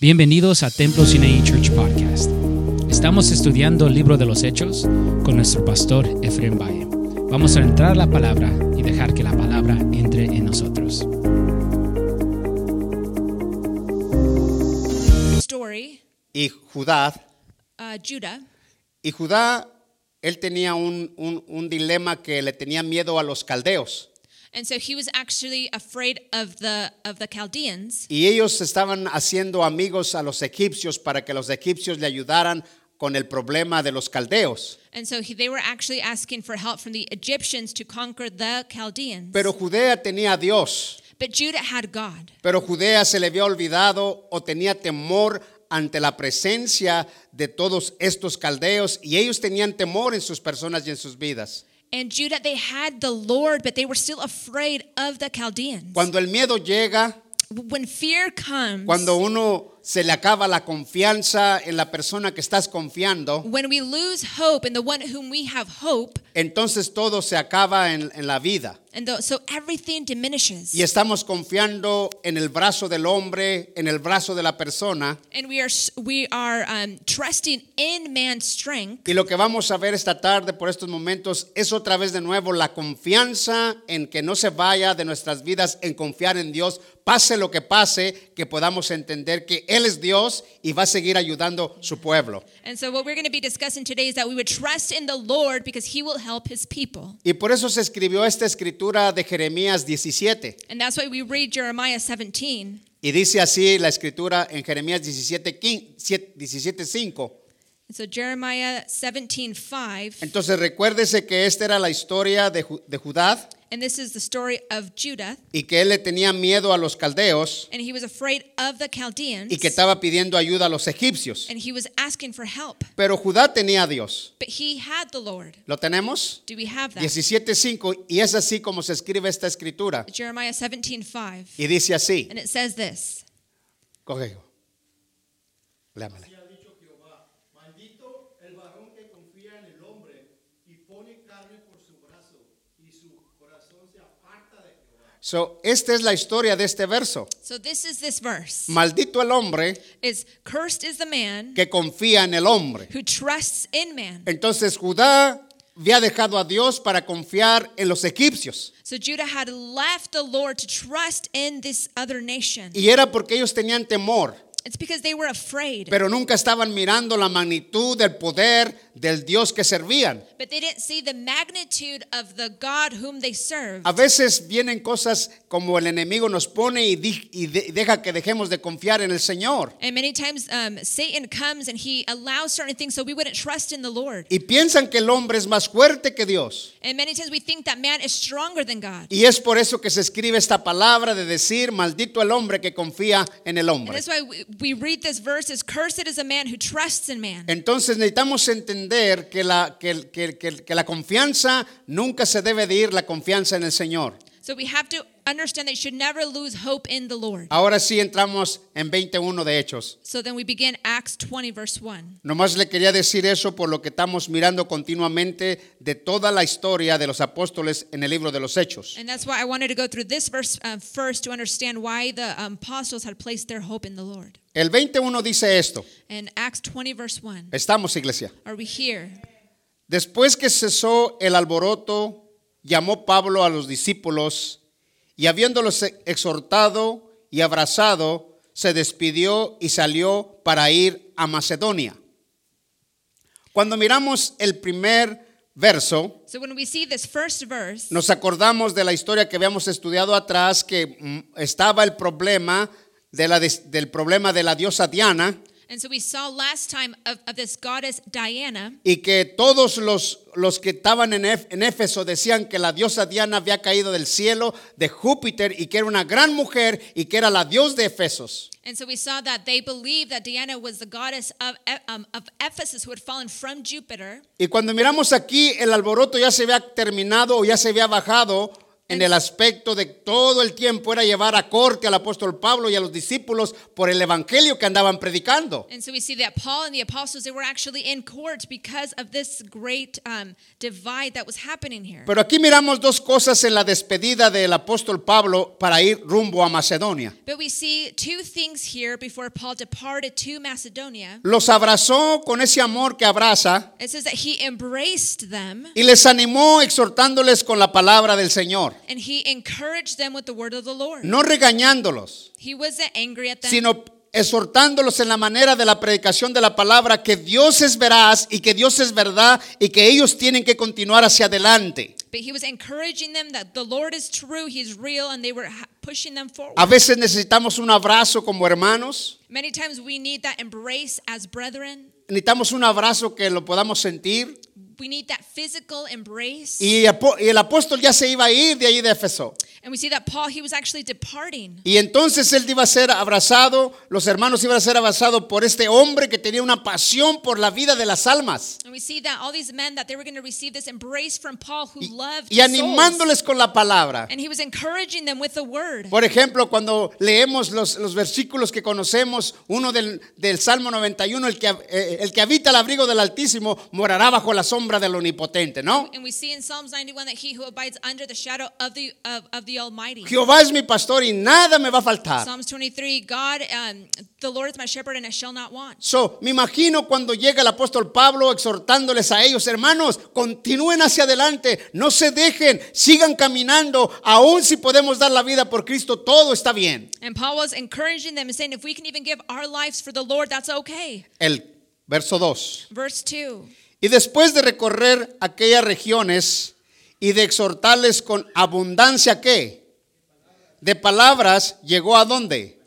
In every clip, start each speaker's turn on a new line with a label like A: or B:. A: Bienvenidos a Templo Sinai Church Podcast. Estamos estudiando el libro de los Hechos con nuestro pastor Efraín Valle. Vamos a entrar la palabra y dejar que la palabra entre en nosotros.
B: story,
C: y Judá,
B: uh, Judah,
C: y Judá, él tenía un, un- un dilema que le tenía miedo a los caldeos.
B: and so he was actually afraid of the of the Chaldeans,
C: Y ellos estaban haciendo amigos a los egipcios para que los egipcios le ayudaran con el problema de los caldeos.
B: and so he, they were actually asking for help from the Egyptians to conquer the Chaldeans.
C: Pero Judea tenía a Dios,
B: but Judah had God,
C: pero Judea se le había olvidado o tenía temor ante la presencia de todos estos caldeos y ellos tenían temor en sus personas y en sus vidas.
B: and Judah they had the Lord, but they were still afraid of the Chaldeans.
C: Cuando el miedo llega,
B: when fear comes,
C: Cuando uno se le acaba la confianza en la persona que estás confiando,
B: when we lose hope in the one whom we have hope,
C: entonces todo se acaba en, en la vida.
B: and tho- so everything diminishes,
C: Y estamos confiando en el brazo del hombre, en el brazo de la persona.
B: and we are s- we are um, trusting in man's strength.
C: Y lo que vamos a ver esta tarde por estos momentos es otra vez de nuevo la confianza en que no se vaya de nuestras vidas, en confiar en Dios, pase lo que pase, que podamos entender que Él es Dios y va a seguir ayudando su pueblo.
B: And so, what we're going to be discussing today is that we would trust in the Lord because He will help His people.
C: Y por eso se escribió esta escritura de Jeremías 17.
B: And that's why we read Jeremiah 17.
C: Y dice así la escritura en Jeremías 17, 5.
B: And so, Jeremiah 17, 5.
C: Entonces recuérdese que esta era la historia de, Ju- de Judá
B: And this is the story of Judah.
C: y que él le tenía miedo a los caldeos
B: And he was afraid of the Chaldeans.
C: y que estaba pidiendo ayuda a los egipcios.
B: And he was asking for help.
C: Pero Judá tenía a Dios.
B: But he had the Lord.
C: ¿Lo tenemos?
B: Do we have that?
C: 17.5 y es así como se escribe esta escritura.
B: Jeremiah 17, 5.
C: Y dice así.
B: And it says this
C: Coge. Léamela.
D: ha dicho Jehová, maldito el varón que confía en el hombre y pone carne por su brazo y su corazón se aparta de Jehová.
C: So, esta es la historia de este verso.
B: So, this is this verse.
C: Maldito el hombre
B: Is cursed is the man
C: que confía en el hombre.
B: who trusts in man.
C: Entonces Judá había dejado a Dios para confiar en los egipcios.
B: So Judah had left the Lord to trust in this other nation.
C: Y era porque ellos tenían temor,
B: It's because they were afraid,
C: pero nunca estaban mirando la magnitud del poder del Dios que servían.
B: but they didn't see the magnitude of the God whom they serve.
C: A veces vienen cosas como el enemigo nos pone y, di- y de- deja que dejemos de confiar en el Señor.
B: And many times um, Satan comes and he allows certain things so we wouldn't trust in the Lord.
C: Y piensan que el hombre es más fuerte que Dios.
B: And many times we think that man is stronger than God.
C: Y es por eso que se escribe esta palabra de decir, maldito el hombre que confía en el
B: And
C: hombre.
B: that's why we, we read this verse as cursed is a man who trusts in man.
C: Entonces necesitamos entender que la, que, que- que- que la confianza nunca se debe de ir, la confianza en el Señor.
B: So we have to understand that you should never lose hope in the Lord.
C: Ahora sí entramos en 21 de Hechos.
B: So then we begin Acts 20, verse 1.
C: Nomás le quería decir eso por lo que estamos mirando continuamente de toda la historia de los apóstoles en el libro de los Hechos.
B: And that's why I wanted to go through this verse uh, first to understand why the um, apostles had placed their hope in the Lord.
C: El 21 dice esto.
B: And Acts 20, verse 1.
C: Estamos, iglesia.
B: Are we here?
C: Después que cesó el alboroto, llamó Pablo a los discípulos y habiéndolos e-, exhortado y abrazado, se despidió y salió para ir a Macedonia. Cuando miramos el primer verso,
B: So when we see this first verse,
C: nos acordamos de la historia que habíamos estudiado atrás, que mm, estaba el problema de la des- del problema de la diosa Diana
B: and so we saw last time of, of this goddess Diana,
C: y que todos los, los que estaban en, Ef- en Éfeso decían que la diosa Diana había caído del cielo de Júpiter y que era una gran mujer y que era la dios de Éfesos.
B: and so we saw that they believed that Diana was the goddess of, E- um, of Ephesus who had fallen from Jupiter.
C: Y cuando miramos aquí, el alboroto ya se había terminado o ya se había bajado en el aspecto de todo el tiempo era llevar a corte al apóstol Pablo y a los discípulos por el evangelio que andaban predicando.
B: And so we see that Paul and the apostles, they were actually in court because of this great um, divide that was happening here.
C: Pero aquí miramos dos cosas en la despedida del apóstol Pablo para ir rumbo a Macedonia.
B: But we see two things here before Paul departed to Macedonia.
C: Los abrazó con ese amor que abraza
B: It says that he embraced them
C: y les animó exhortándoles con la palabra del Señor,
B: and he encouraged them with the word of the Lord.
C: no regañándolos,
B: He wasn't angry at them,
C: sino exhortándolos en la manera de la predicación de la palabra que Dios es veraz y que Dios es verdad y que ellos tienen que continuar hacia adelante.
B: but he was encouraging them that the Lord is true, he's real, and they were ha- pushing them forward.
C: A veces necesitamos un abrazo como hermanos,
B: Many times we need that embrace as brethren.
C: necesitamos un abrazo que lo podamos sentir.
B: We need that physical embrace.
C: Y apo- y el apóstol ya se iba a ir de ahí de Éfeso.
B: And we see that Paul, he was actually departing.
C: Y entonces él iba a ser abrazado, los hermanos iban a ser abrazados por este hombre que tenía una pasión por la vida de las almas.
B: And we see that all these men that they were going to receive this embrace from Paul who
C: Y,
B: loved
C: y
B: souls.
C: animándoles con la palabra.
B: And he was encouraging them with the word.
C: Por ejemplo, cuando leemos los, los versículos que conocemos, uno del, del Salmo 91, el que, eh, el que habita el abrigo del Altísimo morará bajo la sombra del Omnipotente, ¿no?
B: And we see in Psalms 91 that he who abides under the shadow of the of, of the Almighty.
C: Jehová es mi pastor y nada me va a faltar.
B: Psalms 23, God, um, the Lord is my shepherd and I shall not want.
C: So, me imagino cuando llega el apóstol Pablo exhortándoles a ellos, hermanos, continúen hacia adelante, no se dejen, sigan caminando, aun si podemos dar la vida por Cristo, todo está bien.
B: And Paul was encouraging them and saying, if we can even give our lives for the Lord, that's okay.
C: El verso 2.
B: Verse 2.
C: Y después de recorrer aquellas regiones y de exhortarles con abundancia que de palabras llegó a dónde?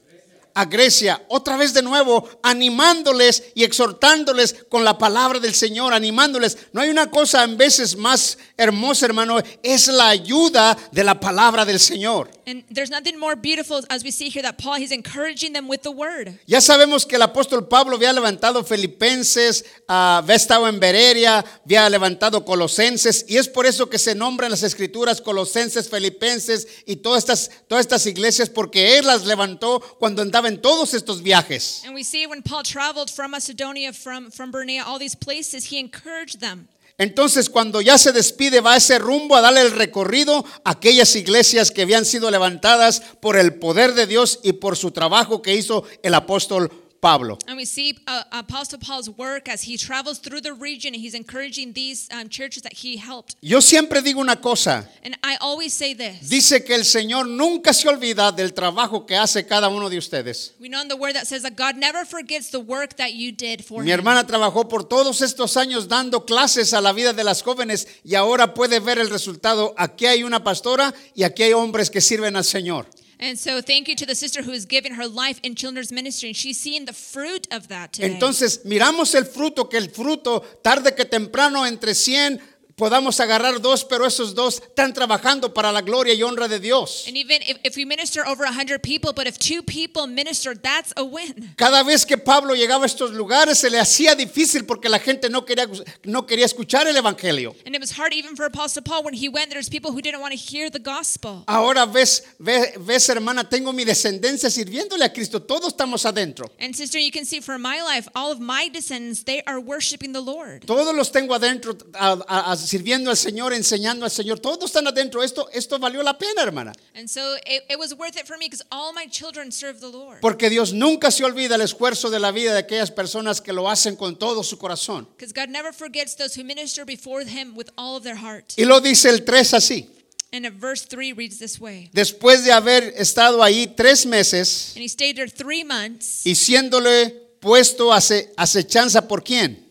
C: A Grecia, otra vez de nuevo, animándoles y exhortándoles con la palabra del Señor, animándoles. No hay una cosa en veces más hermosa, hermano, es la ayuda de la palabra del Señor.
B: And there's nothing more beautiful as we see here that Paul, he's encouraging them with the word.
C: Ya sabemos que el apóstol Pablo había levantado Filipenses, ah, había estado en Bereria, había levantado Colosenses, y es por eso que se nombran las escrituras Colosenses, Filipenses y todas estas, todas estas iglesias, porque él las levantó cuando andaba en todos estos viajes.
B: And we see when Paul traveled from Macedonia, from, from Bernia, all these places, he encouraged them.
C: Entonces, cuando ya se despide, va a ese rumbo a darle el recorrido a aquellas iglesias que habían sido levantadas por el poder de Dios y por su trabajo que hizo el apóstol Pablo.
B: And we see uh, Apostle Paul's work as he travels through the region and he's encouraging these um, churches that he helped.
C: Yo siempre digo una cosa.
B: And I always say this.
C: Dice que el Señor nunca se olvida del trabajo que hace cada uno de ustedes.
B: We know in the word that says that God never forgets the work that you did for
C: Mi
B: him.
C: hermana trabajó por todos estos años dando clases a la vida de las jóvenes y ahora puede ver el resultado. Aquí hay una pastora y aquí hay hombres que sirven al Señor.
B: And so thank you to the sister who has given her life in children's ministry. And she's seeing the fruit of that today.
C: Entonces miramos el fruto, que el fruto tarde que temprano entre 100 podamos agarrar dos, pero esos dos están trabajando para la gloria y honra de Dios.
B: and even if, if we minister over 100 people, but if two people minister, that's a win.
C: Cada vez que Pablo llegaba a estos lugares se le hacía difícil porque la gente no quería, no quería escuchar el Evangelio.
B: And it was hard even for Apostle Paul when he went. There's people who didn't want to hear the gospel.
C: Ahora ves, ve- ves, hermana, tengo mi descendencia sirviéndole a Cristo. Todos estamos adentro.
B: And sister, you can see for my life, all of my descendants, they are worshiping the Lord.
C: Todos los tengo adentro a- a- a- sirviendo al Señor, enseñando al Señor. Todos están adentro. Esto, esto valió la pena, hermana.
B: And so it, it was worth it for me because all my children serve the Lord.
C: Porque Dios nunca se olvida el esfuerzo de la vida de aquellas personas que lo hacen con todo su corazón.
B: Because God never forgets those who minister before Him with all of their heart.
C: Y lo dice el 3 así.
B: And at verse 3 reads this way
C: Después de haber estado ahí tres meses
B: And he stayed there three months.
C: y siéndole puesto ace- acechanza por quién?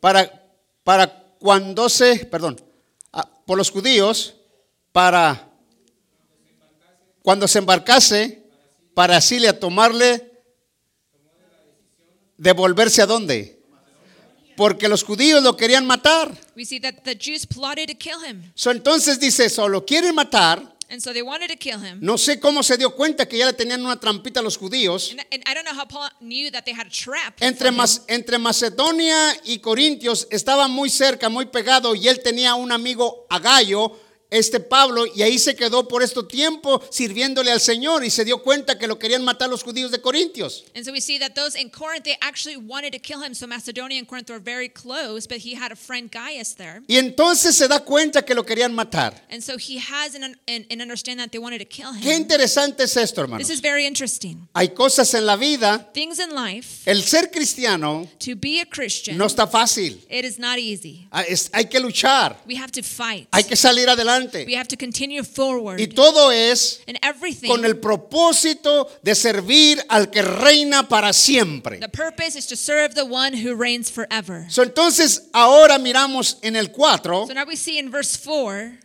C: Para, para cuando se, perdón, a- por los judíos, para cuando se embarcase para Siria tomarle, devolverse a dónde? Porque los judíos lo querían matar.
B: We see that the Jews plotted to kill him.
C: So, entonces dice eso, lo quieren matar.
B: And so they wanted to kill him.
C: No sé cómo se dio cuenta que ya le tenían una trampita a los judíos.
B: And, and I don't know how Paul knew that they had a trap. for
C: Entre,
B: him.
C: Mas- entre Macedonia y Corintios estaba muy cerca, muy pegado, y él tenía un amigo Agayo este Pablo y ahí se quedó por este tiempo sirviéndole al Señor y se dio cuenta que lo querían matar los judíos de Corintios.
B: And so we see that those in Corinth, they actually wanted to kill him. So Macedonia and Corinth were very close, but he had a friend Gaius there.
C: Y entonces se da cuenta que lo querían matar.
B: And so he has an, an, an understanding that they wanted to kill
C: Qué
B: him.
C: interesante es esto, hermano.
B: This is very interesting.
C: Hay cosas en la vida,
B: Things in life,
C: el ser cristiano
B: to be a Christian,
C: no está fácil.
B: it is not easy.
C: Ah, es- Hay que luchar,
B: We have to fight.
C: hay que salir
B: We
C: adelante.
B: have to continue
C: Y
B: forward.
C: todo es
B: And everything,
C: con el propósito de servir al que reina para siempre.
B: the purpose is to serve the one who reigns forever.
C: So, entonces, ahora miramos en el 4,
B: So now we see in verse 4,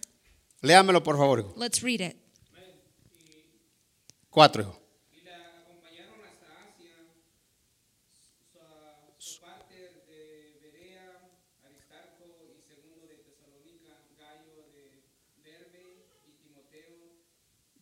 C: léamelo por favor, hijo.
B: let's read it.
C: 4, hijo.
E: y la acompañaron hasta Asia. Su, su parte de Berea, Aristarco y segundo de Tesalónica, Gallo de Derbe y Timoteo,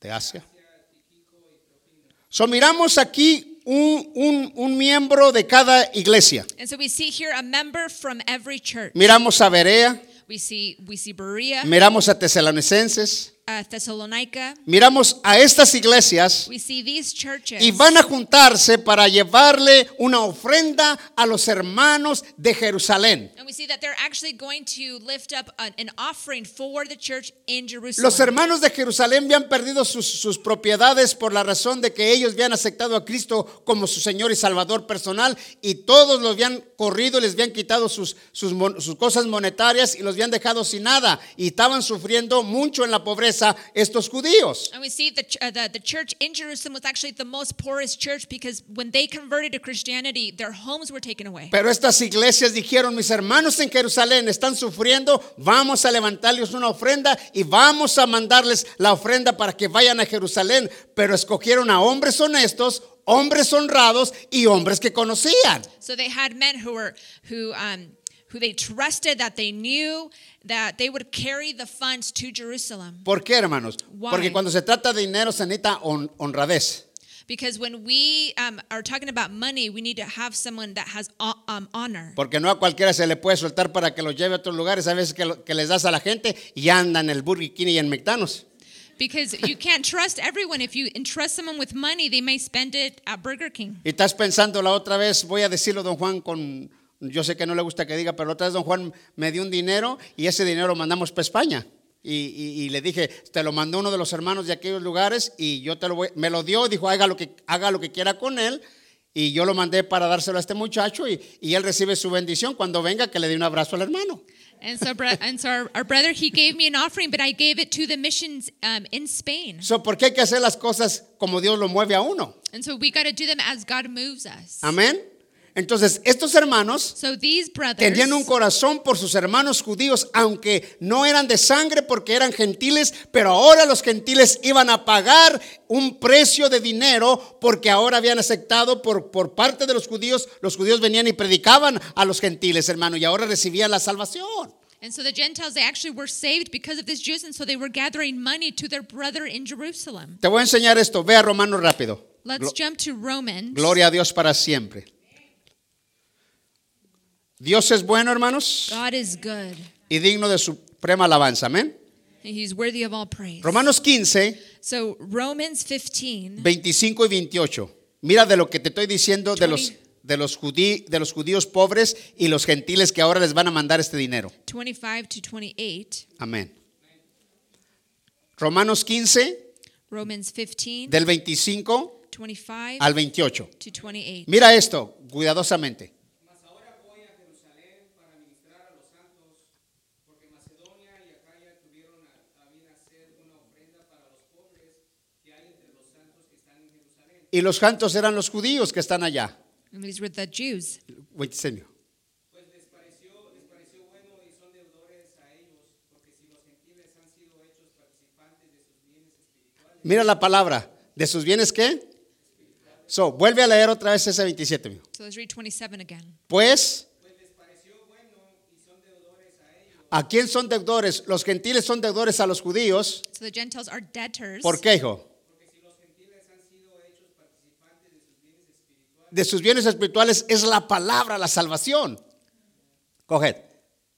C: de Asia.
E: Tiquico y Trofimo.
C: So, miramos aquí un, un- un miembro de cada iglesia.
B: And so we see here a member from every church.
C: Miramos a Berea,
B: We see we see Berea,
C: miramos a Tesalonicenses,
B: uh, Thessalonica.
C: miramos a estas iglesias
B: We see these churches.
C: y van a juntarse para llevarle una ofrenda a los hermanos de Jerusalén.
B: and we see that they're actually going to lift up an, an offering for the church in Jerusalem.
C: Los hermanos de Jerusalén habían perdido sus, sus propiedades por la razón de que ellos habían aceptado a Cristo como su Señor y Salvador personal y todos los habían corrido, les habían quitado sus, sus, mon- sus cosas monetarias y los habían dejado sin nada y estaban sufriendo mucho en la pobreza estos judíos.
B: and we see the, ch- uh, the the church in Jerusalem was actually the most poorest church because when they converted to Christianity, their homes were taken away.
C: Pero estas iglesias dijeron, mis hermanos en Jerusalén están sufriendo, vamos a levantarles una ofrenda y vamos a mandarles la ofrenda para que vayan a Jerusalén. Pero escogieron a hombres honestos, hombres honrados y hombres que conocían.
B: So they had men who were who um, who they trusted that they knew that they would carry the funds to Jerusalem.
C: ¿Por qué, hermanos?
B: Why?
C: Porque cuando se trata de dinero se necesita hon- honradez.
B: Because when we um, are talking about money, we need to have someone that has o- um, honor.
C: Porque no a cualquiera se le puede soltar para que los lleve a otros lugares. A veces que, lo- que les das a la gente y andan en el Burger King y en McDonald's.
B: Because you can't trust everyone. If you entrust someone with money, they may spend it at Burger King.
C: Y estás pensando la otra vez, voy a decirlo, don Juan, con. Yo sé que no le gusta que diga, pero la otra vez don Juan me dio un dinero y ese dinero mandamos para España. Y, y- y le dije, te lo mandó uno de los hermanos de aquellos lugares y yo te lo voy, me lo dio, dijo, haga lo que, haga lo que quiera con él. Y yo lo mandé para dárselo a este muchacho y, y él recibe su bendición cuando venga que le dé un abrazo al hermano.
B: And so, bro- and so our, our brother, he gave me an offering, but I gave it to the missions um, in Spain.
C: So, ¿Por qué hay que hacer las cosas como Dios lo mueve a uno?
B: And so we got to do them as God moves us.
C: Amén. Entonces, estos hermanos
B: So these brothers,
C: Tenían un corazón por sus hermanos judíos, aunque no eran de sangre porque eran gentiles, pero ahora los gentiles iban a pagar un precio de dinero porque ahora habían aceptado por, por parte de los judíos. Los judíos venían y predicaban a los gentiles, hermano, y ahora recibían la salvación.
B: and so the Gentiles, they actually were saved because of this Jews, and so they were gathering money to their brother in Jerusalem.
C: Te voy a enseñar esto. Ve a Romanos rápido.
B: Let's
C: Glo-
B: jump to Romans.
C: Gloria a Dios para siempre. Dios es bueno, hermanos,
B: God is good.
C: y digno de suprema alabanza. Amén.
B: He's worthy of all praise.
C: Romanos 15.
B: So Romans 15,
C: 25 y 28. Mira de lo que te estoy diciendo de los, de, los judí- de los judíos pobres y los gentiles que ahora les van a mandar este dinero.
B: 25 to 28.
C: Amén. Romanos 15,
B: Romans 15,
C: del 25
B: 25
C: al 28.
B: to 28.
C: Mira esto cuidadosamente.
E: Mas ahora voy a Jerusalén para ministrar a los santos, porque Macedonia y Acaya tuvieron a, a bien hacer una ofrenda para los pobres que hay entre los santos que están en Jerusalén.
C: Y los cantos eran los judíos que están allá.
B: And these were the Jews.
C: Wait, señor.
E: Pues les pareció, les pareció bueno y son deudores a ellos, porque si los gentiles han sido hechos participantes de sus bienes espirituales,
C: Mira la palabra. ¿De sus bienes qué? So, vuelve a leer otra vez ese 27. mijo.
B: So let's read 27 again.
C: Pues,
E: pues les pareció bueno y son deudores a ellos,
C: ¿a quién son deudores? Los gentiles son deudores a los judíos.
B: So the Gentiles are debtors.
C: ¿Por qué, hijo?
E: porque si los gentiles han sido hechos participantes de sus bienes espirituales,
C: de sus bienes espirituales es la palabra, la salvación. Coged.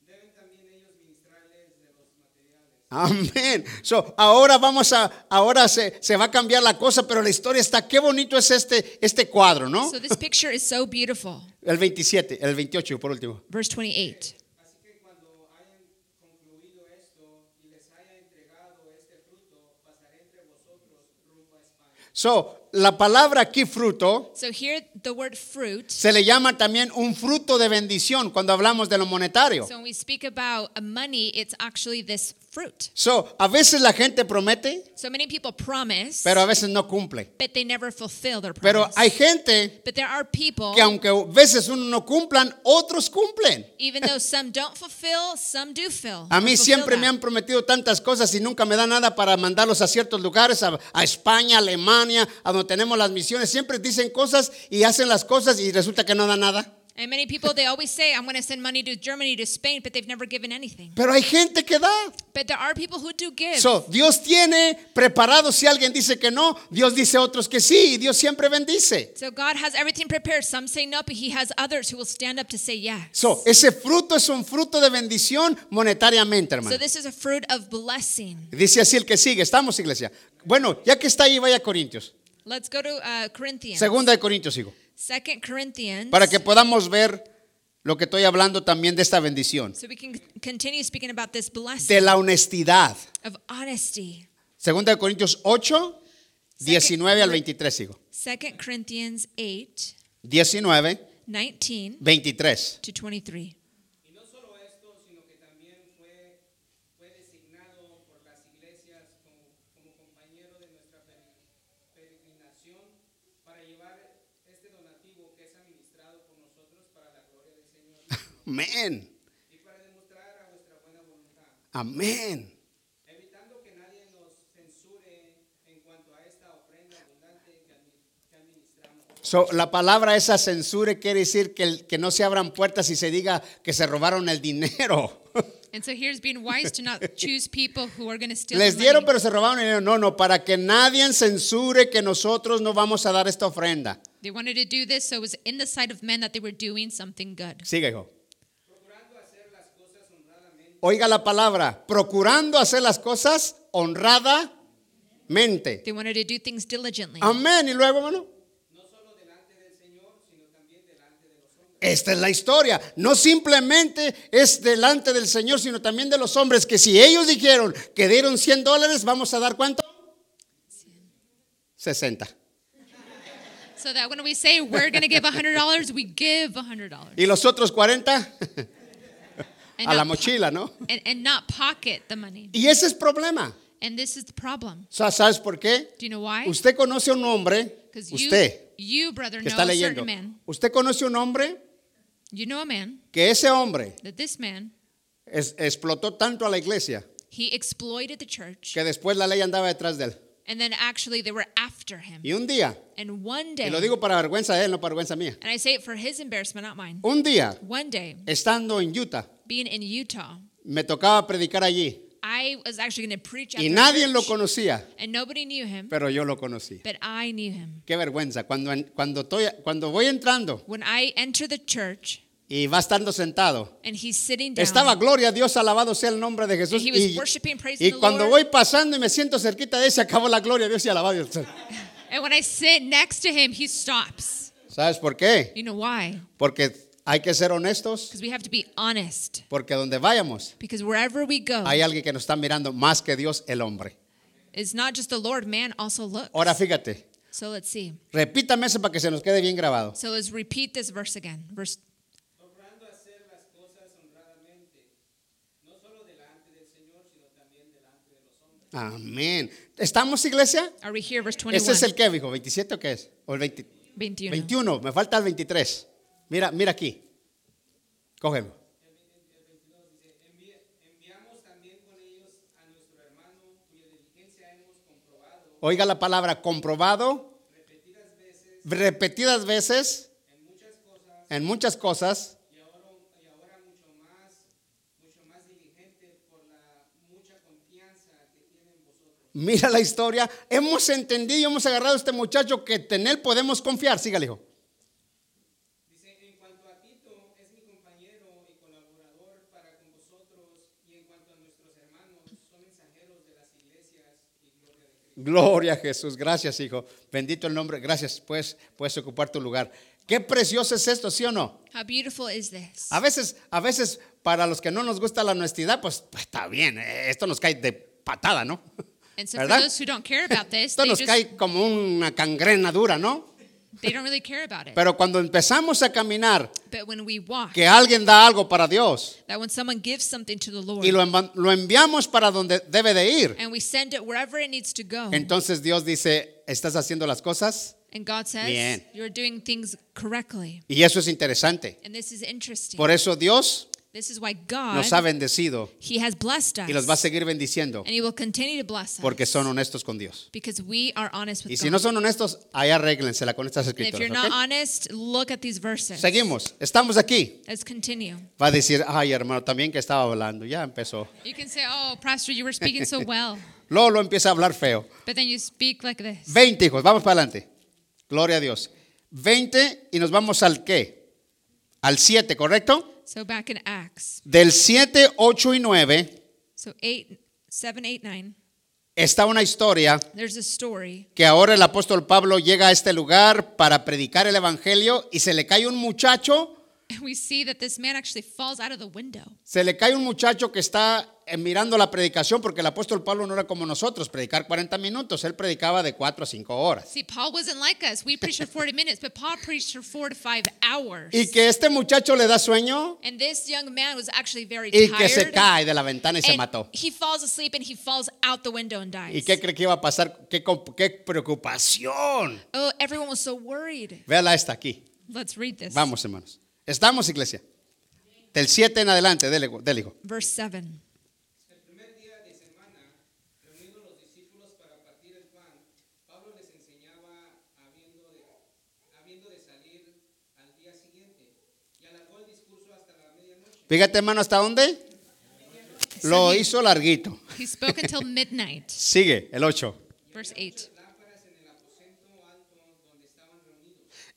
E: deben también ellos ministrarles de los materiales.
C: Amén. So, ahora vamos a, ahora se, se va a cambiar la cosa, pero la historia está, qué bonito es este, este cuadro, ¿no?
B: So this picture is so beautiful.
C: El 27, el 28 por último.
B: Verse 28.
E: Así que cuando hayan concluido esto y les haya entregado este fruto, pasaré entre vosotros rumbo a España.
C: So, la palabra aquí fruto
B: So here the word fruit.
C: se le llama también un fruto de bendición cuando hablamos de lo monetario.
B: So when we speak about uh, money, it's actually this fruit.
C: So, a veces la gente promete,
B: So many people promise,
C: pero a veces no cumple.
B: but they never fulfill their
C: Pero
B: promise.
C: hay gente
B: but there are people,
C: que aunque a veces uno no cumplan, otros cumplen.
B: even though some don't fulfill, some do fill.
C: A mí
B: fulfill
C: siempre me
B: that.
C: han prometido tantas cosas y nunca me dan nada para mandarlos a ciertos lugares, a, a España, Alemania, a donde tenemos las misiones. Siempre dicen cosas y hacen las cosas y resulta que no dan nada.
B: And many people, they always say, I'm going to send money to Germany, to Spain, but they've never given anything.
C: Pero hay gente que da.
B: But there are people who do give.
C: So, Dios tiene preparado si alguien dice que no, Dios dice a otros que sí y Dios siempre bendice.
B: so God has everything prepared. Some say no, but He has others who will stand up to say yes.
C: So, ese fruto es un fruto de bendición monetariamente, hermano.
B: So this is a fruit of blessing.
C: Dice así el que sigue. Estamos, iglesia. Bueno, ya que está ahí, vaya a Corintios.
B: Let's go to uh, Corinthians.
C: Segunda de Corintios, sigo.
B: Second Corinthians.
C: Para que podamos ver lo que estoy hablando también de esta bendición.
B: so we can continue speaking about this blessing
C: De la honestidad.
B: of honesty.
C: Segunda de Corintios 8, 19 al
B: Second-
C: 23, sigo.
B: Second Corinthians 8,
C: 19,
B: 19
C: 23.
B: to 23.
E: Y no solo esto, sino que también fue, fue designado por las iglesias como, como compañero de nuestra pere- peregrinación para llevar este donativo que es administrado por nosotros para la gloria del Señor
C: Amén.
E: y para demostrar a vuestra buena voluntad,
C: Amén.
E: evitando que nadie nos censure en cuanto a esta ofrenda abundante que admi- que administramos.
C: So, la palabra esa censura quiere decir que, el- que no se abran puertas y se diga que se robaron el dinero.
B: And so here's being wise to not choose people who are going to steal
C: Les
B: the
C: dieron,
B: money.
C: pero se robaron el dinero. No, no, para que nadie censure que nosotros no vamos a dar esta ofrenda.
B: They wanted to do this, so it was in the sight of men that they were doing something good.
C: Sigue, hijo. Oiga la palabra, procurando hacer las cosas honradamente.
B: They wanted to do things diligently.
C: Amén. Y luego, hermano. Esta es la historia. No simplemente es delante del Señor, sino también de los hombres. Que si ellos dijeron que dieron 100 dólares, vamos a dar cuánto? 60.
B: So that when we say we're going to give $100, we give $100.
C: Y los otros 40
B: And
C: a la
B: not po-
C: mochila, ¿no?
B: and, and not pocket the money.
C: Y ese es problema.
B: And this is the problem.
C: O sea, ¿Sabes por qué?
B: Do you know why?
C: Usted conoce a un hombre,
B: Because you,
C: usted
B: you, brother,
C: que
B: know
C: está
B: a
C: leyendo,
B: certain man.
C: usted conoce a un hombre
B: You know a man
C: que ese hombre
B: that this man,
C: es- explotó tanto a la iglesia
B: he exploited the church.
C: que después la ley andaba detrás de él.
B: And then actually they were after him.
C: Y un día,
B: And one
C: y
B: day,
C: lo digo para vergüenza de él, no para vergüenza mía,
B: and I say it for his embarrassment, not mine.
C: un día,
B: One day,
C: estando en Utah,
B: being in Utah,
C: me tocaba predicar allí
B: I was actually going to preach at
C: y
B: their
C: nadie lo
B: church,
C: conocía,
B: and nobody knew him,
C: pero yo lo conocí.
B: but I knew him.
C: Qué vergüenza, cuando, en- cuando, estoy, cuando voy entrando
B: When I enter the church
C: y va estando sentado,
B: and he's sitting down,
C: Estaba gloria a Dios, alabado sea el nombre de Jesús.
B: And he was
C: Y,
B: worshiping, praising
C: y
B: the
C: cuando
B: Lord.
C: voy pasando y me siento cerquita de él, se acabó la gloria a Dios y alabado Dios.
B: and when I sit next to him, he stops.
C: ¿Sabes por qué?
B: You know why?
C: Porque hay que ser honestos,
B: Because we have to be honest.
C: porque donde vayamos
B: Because wherever we go,
C: hay alguien que nos está mirando más que Dios, el hombre.
B: it's not just the Lord, man also looks.
C: Ahora fíjate,
B: So let's see.
C: repítame eso para que se nos quede bien grabado.
B: So let's repeat this verse again. Verse
E: Logrando hacer las cosas honradamente, no solo delante del Señor, sino también delante de los hombres.
C: Amén. ¿Estamos, iglesia?
B: Are we here? Verse 21.
C: ¿Ese es el qué, hijo? ¿27 o qué es? ¿O el 20?
B: 21.
C: 21, me falta el 23. Mira, mira aquí. Cógelo.
E: Enviamos también con ellos a nuestro hermano, cuya diligencia hemos comprobado
C: Oiga la palabra comprobado repetidas veces en muchas cosas
E: y ahora, y ahora mucho más, mucho más diligente por la mucha confianza que tienen vosotros.
C: mira la historia hemos entendido y hemos agarrado a este muchacho que en él podemos confiar sígale hijo
E: Dice, en cuanto a Tito, es mi compañero y colaborador para con vosotros, y en cuanto a nuestros hermanos, son mensajeros.
C: Gloria a Jesús. Gracias, hijo. Bendito el nombre. Gracias. Puedes, puedes ocupar tu lugar. Qué precioso es esto, ¿sí o no?
B: How beautiful is this?
C: A veces, a veces, para los que no nos gusta la honestidad, pues, pues, está bien. eh, Esto nos cae de patada, ¿no?
B: And so for
C: ¿Verdad?
B: those who don't care about this,
C: Esto
B: they
C: nos
B: just,
C: cae como una cangrena dura, ¿no?
B: they don't really care about it.
C: Pero cuando empezamos a caminar,
B: But when we walk,
C: que alguien da algo para Dios
B: that when someone gives something to the Lord
C: y lo, enva- lo enviamos para donde debe de ir,
B: and we send it wherever it needs to go,
C: entonces Dios dice, estás haciendo las cosas
B: and God says
C: Bien.
B: you're doing things correctly.
C: y eso es interesante.
B: And this is interesting.
C: Por eso Dios
B: this is why God
C: nos ha bendecido
B: He has blessed us
C: y los va a seguir bendiciendo
B: and He will continue to bless us
C: porque son honestos con Dios.
B: because we are honest with
C: Y
B: God.
C: si no son honestos, ahí arréglensela con estas
B: Pues and if you're
C: escrituras.
B: not
C: ¿ok?
B: honest, look at these verses.
C: Seguimos, estamos aquí.
B: Let's continue.
C: Va a decir, ay hermano, también que estaba hablando, ya empezó.
B: You can say, "Oh, pastor, you were speaking so well,"
C: Lolo empieza a hablar feo.
B: but then you speak like this.
C: 20 hijos, vamos para adelante. Gloria a Dios. 20 y nos vamos al qué? Al 7, ¿correcto?
B: So back in Acts,
C: Del 7, 8 y 9
B: so eight, seven, eight, nine.
C: está una historia
B: There's a story
C: que ahora el apóstol Pablo llega a este lugar para predicar el evangelio y se le cae un muchacho,
B: And we see that this man actually falls out of the window.
C: se le cae un muchacho que está eh, mirando la predicación porque el apóstol Pablo no era como nosotros, predicar 40 minutos, él predicaba de 4 a 5 horas.
B: See, Paul wasn't like us. We preached for 40 minutes, but Paul preached for four to five hours.
C: Y que este muchacho le da sueño
B: And this young man was actually very
C: y que
B: tired.
C: se cae de la ventana y se
B: and
C: mató.
B: He falls asleep and he falls out the window and dies.
C: ¿Y qué cree que iba a pasar? ¿Qué, comp- qué preocupación?
B: oh, everyone was so worried.
C: Véala esta aquí.
B: Let's read this.
C: Vamos, hermanos. Estamos, iglesia. Del 7 en adelante, del, hijo.
B: Verse 7.
E: El primer día de semana, reunidos los discípulos para partir el pan, Pablo les enseñaba habiendo de, habiendo de salir al día siguiente y alargó el discurso hasta la medianoche.
C: Fíjate, hermano, ¿hasta dónde? Lo hizo larguito.
B: He spoke until midnight.
C: Sigue, el 8.
B: Verse 8.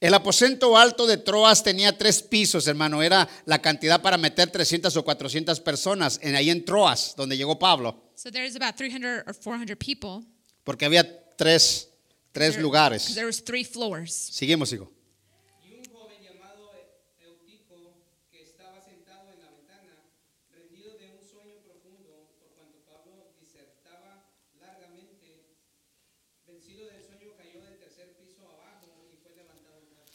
C: El aposento alto de Troas tenía tres pisos, hermano. Era la cantidad para meter 300 o 400 personas en, ahí en Troas, donde llegó Pablo.
B: So there's about 300 or 400 people.
C: Porque había tres, tres
B: There-
C: lugares.
B: There was three floors.
C: Seguimos, hijo.
E: Y un joven llamado Eutico, que estaba sentado en la ventana, rendido de un sueño profundo, por cuanto Pablo disertaba largamente, vencido del sueño cayó del tercer piso abajo y fue levantado muerto.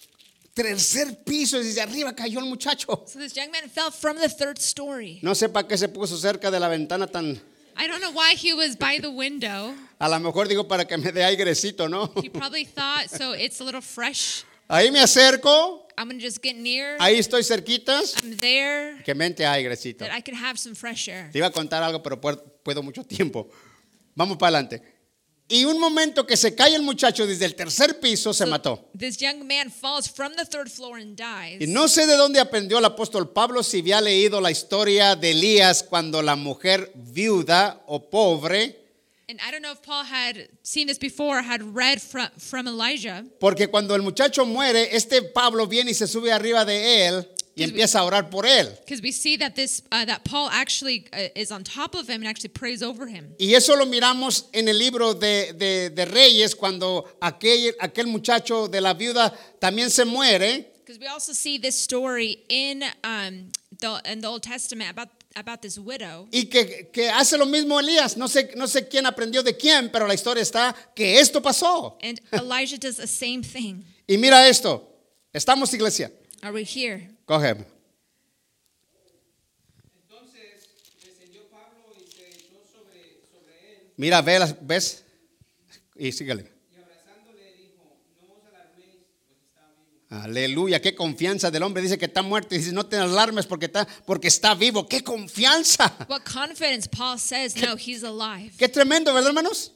C: Tercer piso, desde arriba cayó el muchacho.
B: So this young man fell from the third story.
C: No sé para qué se puso cerca de la ventana tan...
B: I don't know why he was by the window.
C: A lo mejor digo para que me dé airecito, ¿no?
B: He probably thought, so it's a little fresh.
C: Ahí me acerco,
B: I'm gonna just get near.
C: ahí estoy cerquitas,
B: I'm there
C: que me entre airecito.
B: that I could have some fresh air.
C: Te iba a contar algo, pero puer- puedo mucho tiempo. Vamos para adelante. Y un momento que se cae el muchacho desde el tercer piso, se
B: So
C: mató.
B: This young man falls from the third floor and dies.
C: Y no sé de dónde aprendió el apóstol Pablo si había leído la historia de Elías cuando la mujer viuda o pobre,
B: And I don't know if Paul had seen this before, had read from, from Elijah.
C: porque cuando el muchacho muere, este Pablo viene y se sube arriba de él y empieza a orar por él.
B: Because we see that this uh, that Paul actually uh, is on top of him and actually prays over him.
C: Y eso lo miramos en el libro de, de- de Reyes, cuando aquel, aquel muchacho de la viuda también se muere.
B: Because we also see this story in um, the in the Old Testament about about this widow.
C: Y que, que hace lo mismo Elías. No sé, no sé quién aprendió de quién, pero la historia está que esto pasó.
B: And Elijah does the same thing.
C: Y mira esto. Estamos iglesia.
B: Are we here?
C: Cógeme.
E: Entonces descendió Pablo y se echó sobre, sobre él
C: Mira, ve las- ves. Y sígale.
E: y abrazándole dijo, no os alarméis, pues está vivo.
C: Aleluya, qué confianza del hombre. Dice que está muerto. Y dice, no te alarmes porque está, porque está vivo. Qué confianza.
B: What confidence Paul says, no, he's alive.
C: Qué tremendo, ¿verdad, hermanos?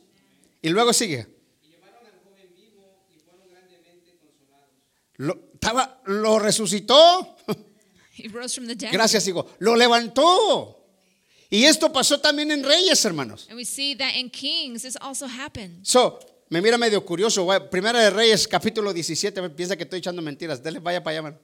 C: Y luego sigue.
E: Y llevaron al joven vivo y fueron grandemente consolados.
C: Lo, estaba- lo resucitó.
B: He rose from the dead.
C: Gracias, hijo. Lo levantó. Y esto pasó también en Reyes, hermanos.
B: And we see that in Kings, this also happened.
C: So, me mira medio curioso. güey. Primera de Reyes, capítulo 17. Piensa que estoy echando mentiras. Dele, vaya para allá, hermano.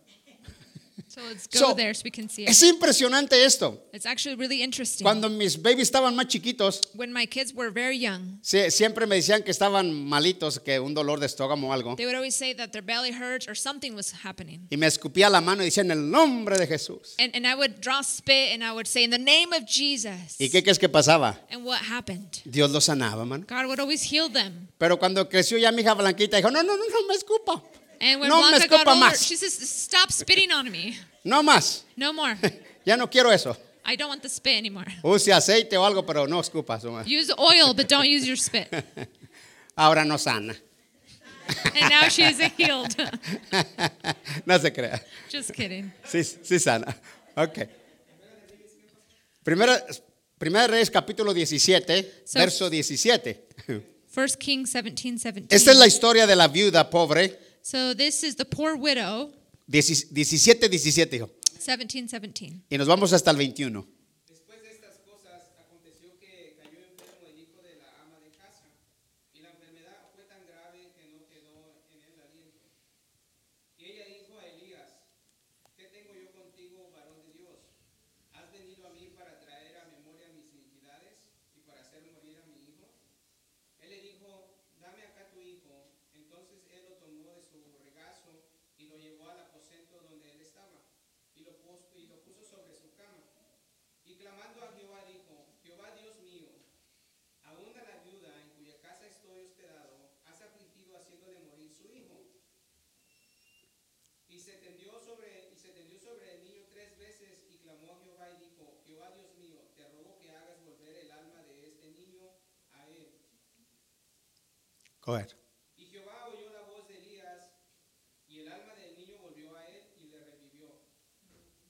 B: So let's go
C: So,
B: there so we can see it.
C: Es impresionante esto.
B: It's actually really interesting.
C: Cuando mis babies estaban más chiquitos,
B: When my kids were very young,
C: sí, siempre me decían que estaban malitos, que un dolor de estómago o algo.
B: they would always say that their belly hurt or something was happening.
C: Y me escupía la mano y decía en el nombre de Jesús.
B: And, and I would draw spit and I would say, In the name of Jesus.
C: ¿Y qué crees que pasaba?
B: And what happened?
C: Dios lo sanaba, mano.
B: God would always heal them.
C: Pero cuando creció ya mi hija Blanquita dijo, no, no, no, no me escupa.
B: And when
C: No me
B: Blanca got
C: escupa
B: older,
C: más.
B: she says, Stop spitting on me.
C: No más.
B: No more.
C: Ya no quiero eso.
B: I don't want the spit anymore.
C: Use aceite o algo, pero no escupas. no más.
B: Use oil, but don't use your spit.
C: Ahora no sana.
B: And now she is healed.
C: no se crea.
B: Just kidding.
C: Sí, sí sana. Ok. Primera, Primera de Reyes capítulo 17,
B: So-
C: verso 17.
B: First Kings 17, 17.
C: Esta es la historia de la viuda pobre.
B: so this is the poor widow,
C: Dieci- 17, 17 dijo.
B: 17, 17.
C: Y nos vamos hasta el 21.
E: Después de estas cosas, aconteció que cayó enfermo el hijo de la ama de casa, y la enfermedad fue tan grave que no quedó en el aliento. Y ella dijo a Elías, ¿qué tengo yo contigo, varón de Dios? ¿Has venido a mí para traer a memoria mis iniquidades y para hacer morir a mi hijo? Él le dijo, dame acá tu hijo. Entonces él lo tomó de su regazo y lo llevó al aposento donde él estaba y lo pus- y lo puso sobre su cama. Y clamando a Jehová dijo, Jehová Dios mío, aún a la viuda en cuya casa estoy hospedado, has afligido haciéndole morir su hijo. Y se tendió sobre, y se tendió sobre el niño tres veces y clamó a Jehová y dijo, Jehová Dios mío, te ruego que hagas volver el alma de este niño a él.
C: Coger.
E: Y Jehová oyó la voz de Elías, y el alma del niño volvió a él y le revivió.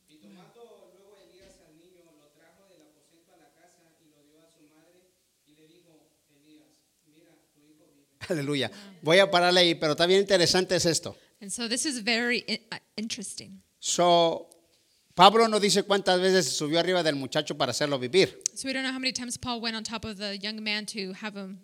E: Y tomando luego Elías al niño, lo trajo del aposento a la casa y lo dio a su madre, y le dijo, Elías, mira, tu hijo vive.
C: Aleluya. Voy a pararle ahí, pero está bien interesante es esto.
B: And so this is very i- uh, interesting.
C: So, Pablo no dice cuántas veces se subió arriba del muchacho para hacerlo vivir,
B: So we don't know how many times Paul went on top of the young man to have him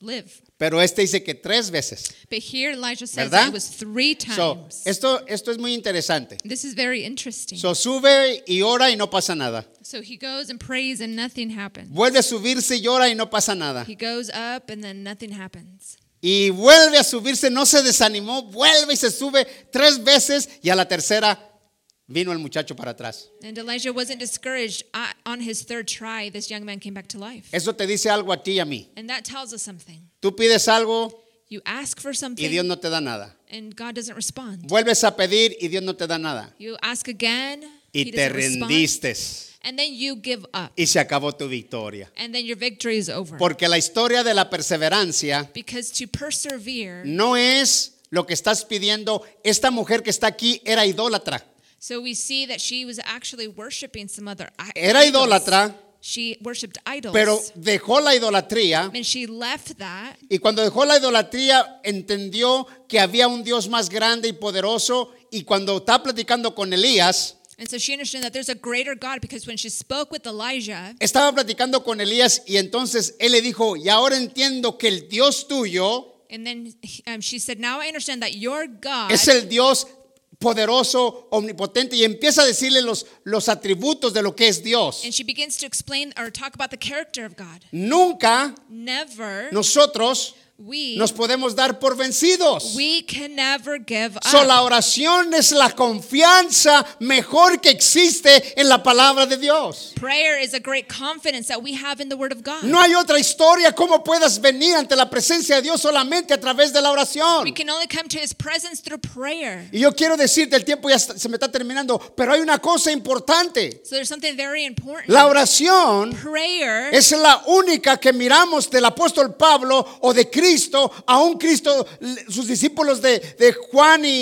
B: live.
C: pero este dice que tres veces.
B: But here Elijah says
C: ¿Verdad?
B: that it was three times.
C: So, esto, esto es muy interesante.
B: this is very interesting.
C: So, sube y ora y no pasa nada.
B: so he goes and prays and nothing happens.
C: Vuelve a subirse y ora y no pasa nada.
B: He goes up and then nothing happens.
C: Y vuelve a subirse, no se desanimó, vuelve y se sube tres veces y a la tercera vino el muchacho para atrás.
B: And Elijah wasn't discouraged. Uh, On his third try, this young man came back to life.
C: Eso te dice algo a ti y a mí.
B: And that tells us something.
C: Tú pides algo
B: You ask for
C: y Dios
B: something
C: no te da nada.
B: and God doesn't respond.
C: Vuelves a pedir y Dios no te da nada.
B: You ask again,
C: Y
B: he
C: te
B: doesn't respond,
C: rendiste
B: and then you give up.
C: y se acabó tu victoria.
B: And then your victory is over.
C: Porque la historia de la perseverancia
B: Because to persevere,
C: no es lo que estás pidiendo. Esta mujer que está aquí era idólatra.
B: so we see that she was actually worshiping some other i-
C: Era
B: idols.
C: idólatra.
B: She worshipped idols.
C: Pero dejó la idolatría
B: and she left that.
C: y cuando dejó la idolatría entendió que había un Dios más grande y poderoso y cuando está platicando con Elías,
B: And so she understood that there's a greater God because when she spoke with Elijah,
C: estaba platicando con Elías y entonces él le dijo, y ahora entiendo que el Dios tuyo
B: and then um, she said, Now I understand that your God
C: es el Dios poderoso, omnipotente y empieza a decirle los, los atributos de lo que es Dios.
B: And she begins to explain or talk about the character of God.
C: Nunca
B: Never,
C: nosotros
B: we,
C: nos podemos dar por vencidos.
B: we can never give up.
C: So, la oración es la confianza mejor que existe en la palabra de Dios.
B: Prayer is a great confidence that we have in the Word of God.
C: No hay otra historia cómo puedas venir ante la presencia de Dios solamente a través de la oración.
B: We can only come to His presence through prayer.
C: Y yo quiero decirte, el tiempo ya está- se me está terminando, pero hay una cosa importante.
B: So there's something very important.
C: La oración
B: prayer
C: es la única que miramos del apóstol Pablo o de Cristo, a un Cristo, sus discípulos de, de Juan y, y-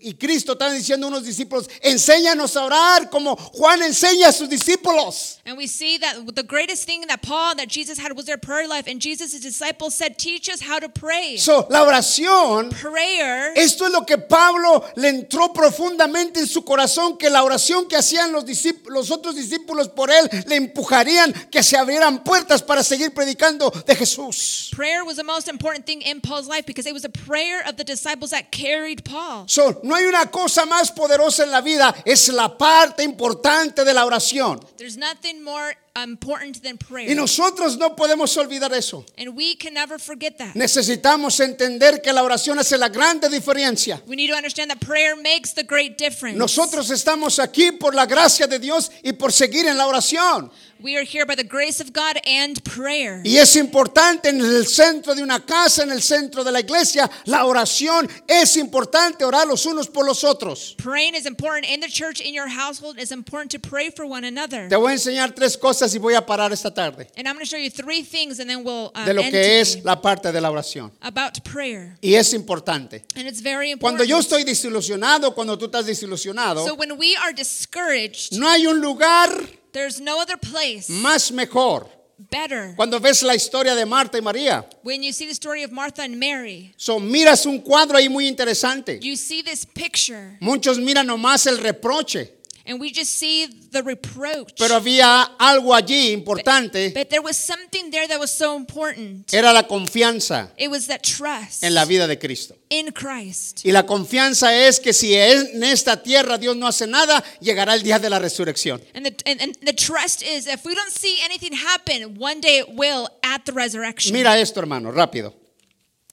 C: y- y Cristo están diciendo a unos discípulos, enséñanos a orar como Juan enseña a sus discípulos.
B: and we see that the greatest thing that Paul, that Jesus had was their prayer life. And Jesus' disciples said, Teach us how to pray.
C: So, la oración,
B: prayer
C: esto es lo que Pablo le entró profundamente en su corazón, que la oración que hacían los, discípulos, los otros discípulos por él le empujarían que se abrieran puertas para seguir predicando de Jesús.
B: prayer prayer was the most important thing in Paul's life because it was a prayer of the disciples that carried Paul.
C: So, no hay una cosa más poderosa en la vida, es la parte importante de la oración.
B: There's nothing more important than
C: Y
B: prayer.
C: nosotros no podemos olvidar eso.
B: And we can never forget that.
C: Necesitamos entender que la oración hace la grande diferencia.
B: We need to understand that prayer makes the great difference.
C: Nosotros estamos aquí por la gracia de Dios y por seguir en la oración.
B: we are here by the grace of God and prayer.
C: Y es importante en el centro de una casa, en el centro de la iglesia, la oración es importante orar los unos por los otros.
B: Praying is important in the church, in your household. It's important to pray for one another.
C: Te voy a enseñar tres cosas y voy a parar esta tarde
B: And I'm going to show you three things, and then we'll um,
C: de lo
B: end
C: que es
B: today
C: la parte de la oración.
B: about prayer.
C: Y es importante.
B: And it's very important.
C: Cuando yo estoy desilusionado, cuando tú estás desilusionado,
B: so when we are discouraged,
C: no hay un lugar
B: there's no other place
C: más mejor.
B: better.
C: Cuando ves la historia de Marta y María,
B: When you see the story of Martha and Mary,
C: so, miras un cuadro ahí muy interesante.
B: you see this picture,
C: Muchos miran nomás el reproche,
B: and we just see the reproach.
C: pero había algo allí importante,
B: but there was something there that was so important.
C: era la confianza
B: It was that trust
C: en la vida de Cristo.
B: in Christ.
C: Y la confianza es que si en esta tierra Dios no hace nada, llegará el día de la resurrección.
B: And the, and, and the trust is if we don't see anything happen, one day it will at the resurrection.
C: Mira esto, hermano, rápido.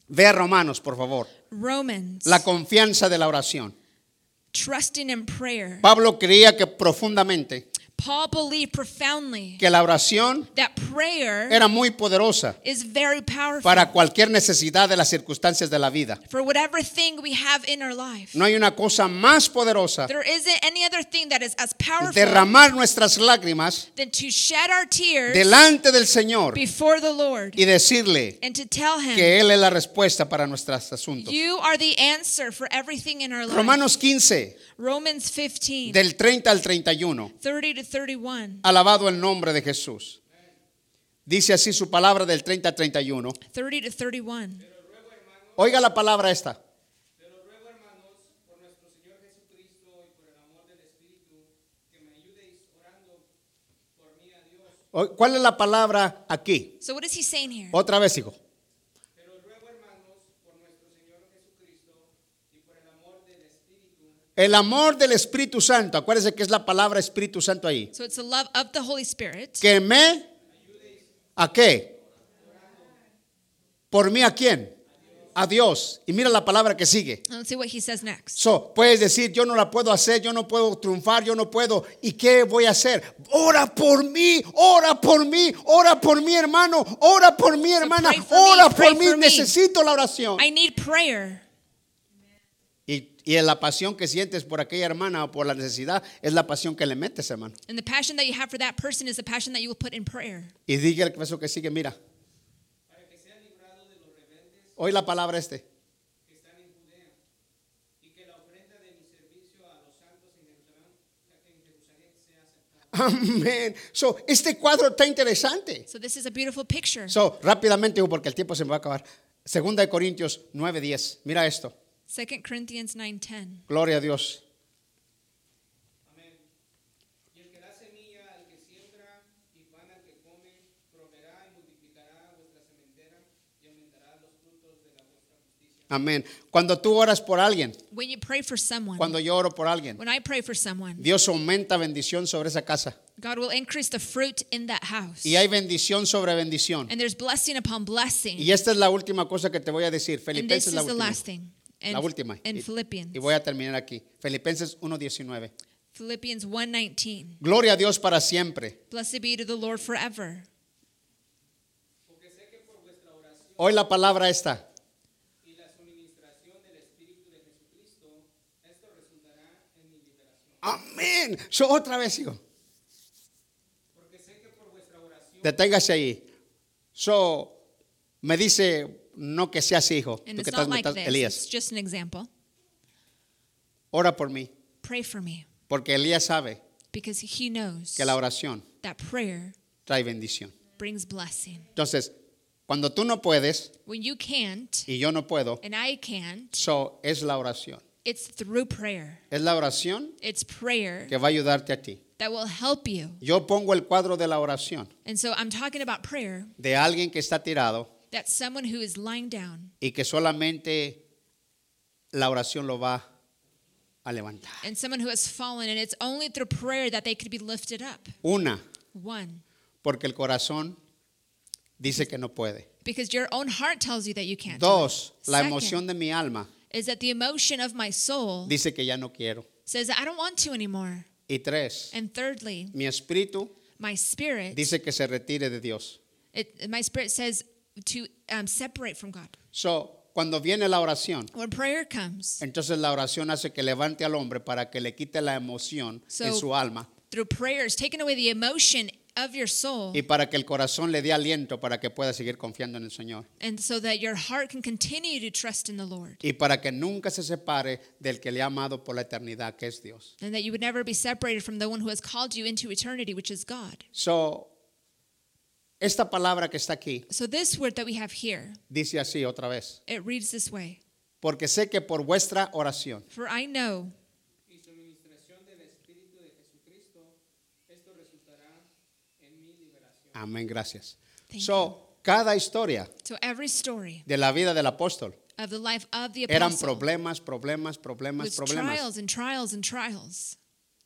C: Ve a Romanos, por favor.
B: Romans,
C: La confianza de la oración.
B: trusting in prayer.
C: Pablo creía que profundamente
B: Paul believed profoundly
C: que la oración
B: that prayer
C: era muy poderosa
B: is very powerful
C: para cualquier necesidad de las circunstancias de la vida.
B: for whatever thing we have in our life.
C: No hay una cosa más poderosa
B: There isn't any other thing that is as powerful
C: derramar nuestras lágrimas
B: than to shed our tears
C: delante del Señor
B: before the Lord
C: y decirle
B: and to tell Him,
C: que Él es la respuesta para nuestros asuntos.
B: You are the answer for everything in our life.
C: Romanos 15,
B: Romans 15,
C: del 30 al 31.
B: 30 to 31.
C: Alabado el nombre de Jesús. Dice así su palabra del 30 al 31.
B: 30 to 31.
C: Oiga la palabra esta.
E: Te lo ruego, hermanos, por nuestro Señor Jesucristo y por el amor del Espíritu, que me ayudéis orando por mí a Dios.
C: O- ¿Cuál es la palabra aquí?
B: So, what is he saying here?
C: Otra vez, hijo.
E: Te lo ruego, hermanos, por nuestro Señor Jesucristo y por el amor del Espíritu,
C: El amor del Espíritu Santo. Acuérdense que es la palabra Espíritu Santo ahí.
B: So, it's the love of the Holy Spirit
C: Que me... ¿A qué? ¿Por mí a quién? A Dios. Y mira la palabra que sigue.
B: And Let's see what he says next.
C: So, puedes decir, yo no la puedo hacer, yo no puedo triunfar, yo no puedo. ¿Y qué voy a hacer? Ora por mí, ora por mí, ora por mi hermano, ora por mi hermana,
B: pray for me,
C: ora
B: pray
C: por mí,
B: for me.
C: necesito la oración.
B: I need prayer.
C: Y, y la pasión que sientes por aquella hermana o por la necesidad es la pasión que le metes, hermano.
B: And the passion that you have for that person is the passion that you will put in prayer.
C: Y diga el verso que sigue, mira,
E: para que sea librado de los rebeldes
C: hoy la palabra este.
E: que están en Judea, y que la ofrenda de mi servicio a los santos en Jerusalén, en Jerusalén sea aceptada.
C: Amén. So, este cuadro está interesante.
B: So, this is a beautiful picture.
C: So, rápidamente, porque el tiempo se me va a acabar. Segunda de Corintios 9, 10. Mira esto.
B: 2 Corinthians 9:10.
C: Gloria a Dios.
E: Y el que da semilla al que siembra y pan al que come, proveerá y multiplicará vuestra sementera y aumentará los frutos de la vuestra justicia.
C: Amén. Cuando tú oras por alguien,
B: When you pray for someone,
C: cuando yo oro por alguien,
B: when I pray for someone,
C: Dios aumenta bendición sobre esa casa.
B: God will increase the fruit in that house.
C: Y hay bendición sobre bendición.
B: And there's blessing upon blessing.
C: Y esta es la última cosa que te voy a decir.
B: and this
C: Filipenses
B: is
C: es la
B: the
C: última.
B: last thing. And,
C: La última.
B: and
C: Y-
B: Philippians.
C: Y voy a terminar aquí. Filipenses 1.19.
B: Philippians 1:19.
C: Gloria a Dios para siempre.
B: Blessed be to the Lord forever.
E: Porque sé que por vuestra oración
C: Hoy la palabra está.
E: y la suministración del Espíritu de Jesucristo, esto resultará en mi liberación.
C: Amén. Yo otra vez digo.
E: Porque sé que por vuestra oración
C: Deténgase ahí. So, me dice, no que seas hijo. Tú
B: And
C: que
B: it's
C: estás
B: not like
C: metas-
B: this. It's
C: Elías,
B: just an example.
C: ora por mí.
B: Pray for me
C: Porque Elías sabe
B: because he knows
C: que la oración
B: that prayer
C: trae bendición.
B: brings blessing.
C: Entonces, cuando tú no puedes
B: When you can't
C: y yo no puedo,
B: and I can't,
C: so es la oración.
B: it's through prayer.
C: Es la oración
B: It's prayer
C: que va a ayudarte a ti.
B: that will help you.
C: Yo pongo el cuadro de la oración
B: And so I'm talking about prayer
C: de alguien que está tirado
B: That's someone who is lying down
C: y que solamente la oración lo va a levantar.
B: and someone who has fallen, and it's only through prayer that they could be lifted up.
C: Una,
B: One,
C: porque el corazón dice que no puede.
B: because your own heart tells you that you can't. do it.
C: Dos, la
B: Second.
C: emoción de mi alma
B: Is that the emotion of my soul
C: dice que ya no quiero.
B: says, I don't want to anymore.
C: Y tres,
B: And thirdly,
C: mi espíritu
B: my spirit,
C: dice que se retire de Dios.
B: it, my spirit says to um, separate from God.
C: So, cuando viene la oración,
B: When prayer comes,
C: entonces la oración hace que levante al hombre para que le quite la emoción en
B: So-
C: su alma
B: through prayers, taking away the emotion of your soul,
C: y para que el corazón le dé aliento para que pueda seguir confiando en el Señor
B: and so that your heart can continue to trust in the Lord,
C: y para que nunca se separe del que le ha amado por la eternidad, que es Dios.
B: and that you would never be separated from the one who has called you into eternity, which is God.
C: So, esta palabra que está aquí
B: So, this word that we have here,
C: dice así otra vez,
B: it reads this way
C: porque sé que por vuestra oración,
B: For I know
E: y su ministración del Espíritu de Jesucristo, esto resultará en mi liberación.
C: amén, gracias.
B: Thank
C: So, cada historia
B: So every story
C: de la vida del apóstol
B: of the life of the
C: eran
B: apostle
C: problemas, problemas, problemas,
B: was
C: problemas.
B: trials and trials and trials.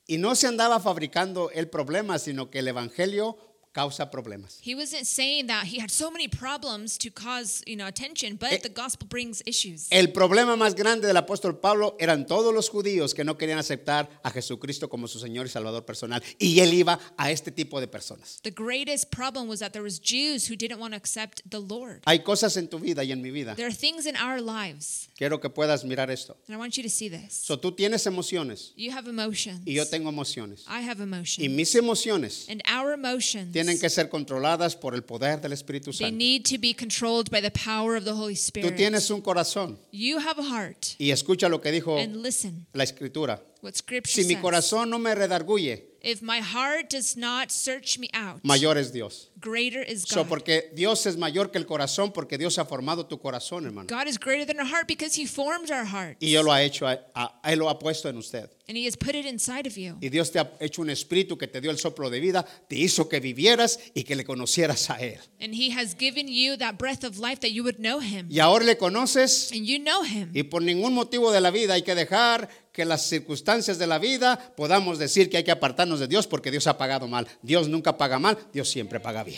C: Y no se andaba fabricando el problema, sino que el evangelio causa problemas.
B: He wasn't saying that he had so many problems to cause, you know, attention, but
C: Eh.
B: the gospel brings issues.
C: El problema más grande del apóstol Pablo eran todos los judíos que no querían aceptar a Jesucristo como su Señor y Salvador personal. Y él iba a este tipo de personas.
B: The greatest problem was that there was Jews who didn't want to accept the Lord.
C: Hay cosas en tu vida y en mi vida.
B: There are things in our lives,
C: Quiero que puedas mirar esto.
B: and I want you to see this.
C: So, tú tienes emociones
B: You have emotions.
C: y yo tengo emociones.
B: I have
C: Y
B: emotions.
C: mis emociones
B: And our emotions,
C: tienen que ser controladas por el poder del Espíritu
B: they
C: Santo.
B: need to be controlled by the power of the Holy
C: Tú
B: Spirit.
C: tienes un corazón
B: You have a heart,
C: y escucha lo que dijo
B: and listen
C: la Escritura.
B: what Scripture
C: Si mi
B: says.
C: corazón no me redarguye,
B: If my heart does not search me out,
C: mayor es Dios.
B: greater is
C: So,
B: God.
C: porque Dios es mayor que el corazón, porque Dios ha formado tu corazón, hermano.
B: God is greater than our heart because He formed our heart
C: Y Él lo ha hecho, a- a- Él lo ha puesto en usted.
B: and He has put it inside of you.
C: Y Dios te ha hecho un espíritu que te dio el soplo de vida, te hizo que vivieras y que le conocieras a Él.
B: And He has given you that breath of life that you would know Him.
C: Y ahora le conoces
B: And you know Him.
C: y por ningún motivo de la vida hay que dejar que las circunstancias de la vida podamos decir que hay que apartarnos de Dios porque Dios ha pagado mal. Dios nunca paga mal, Dios siempre paga bien.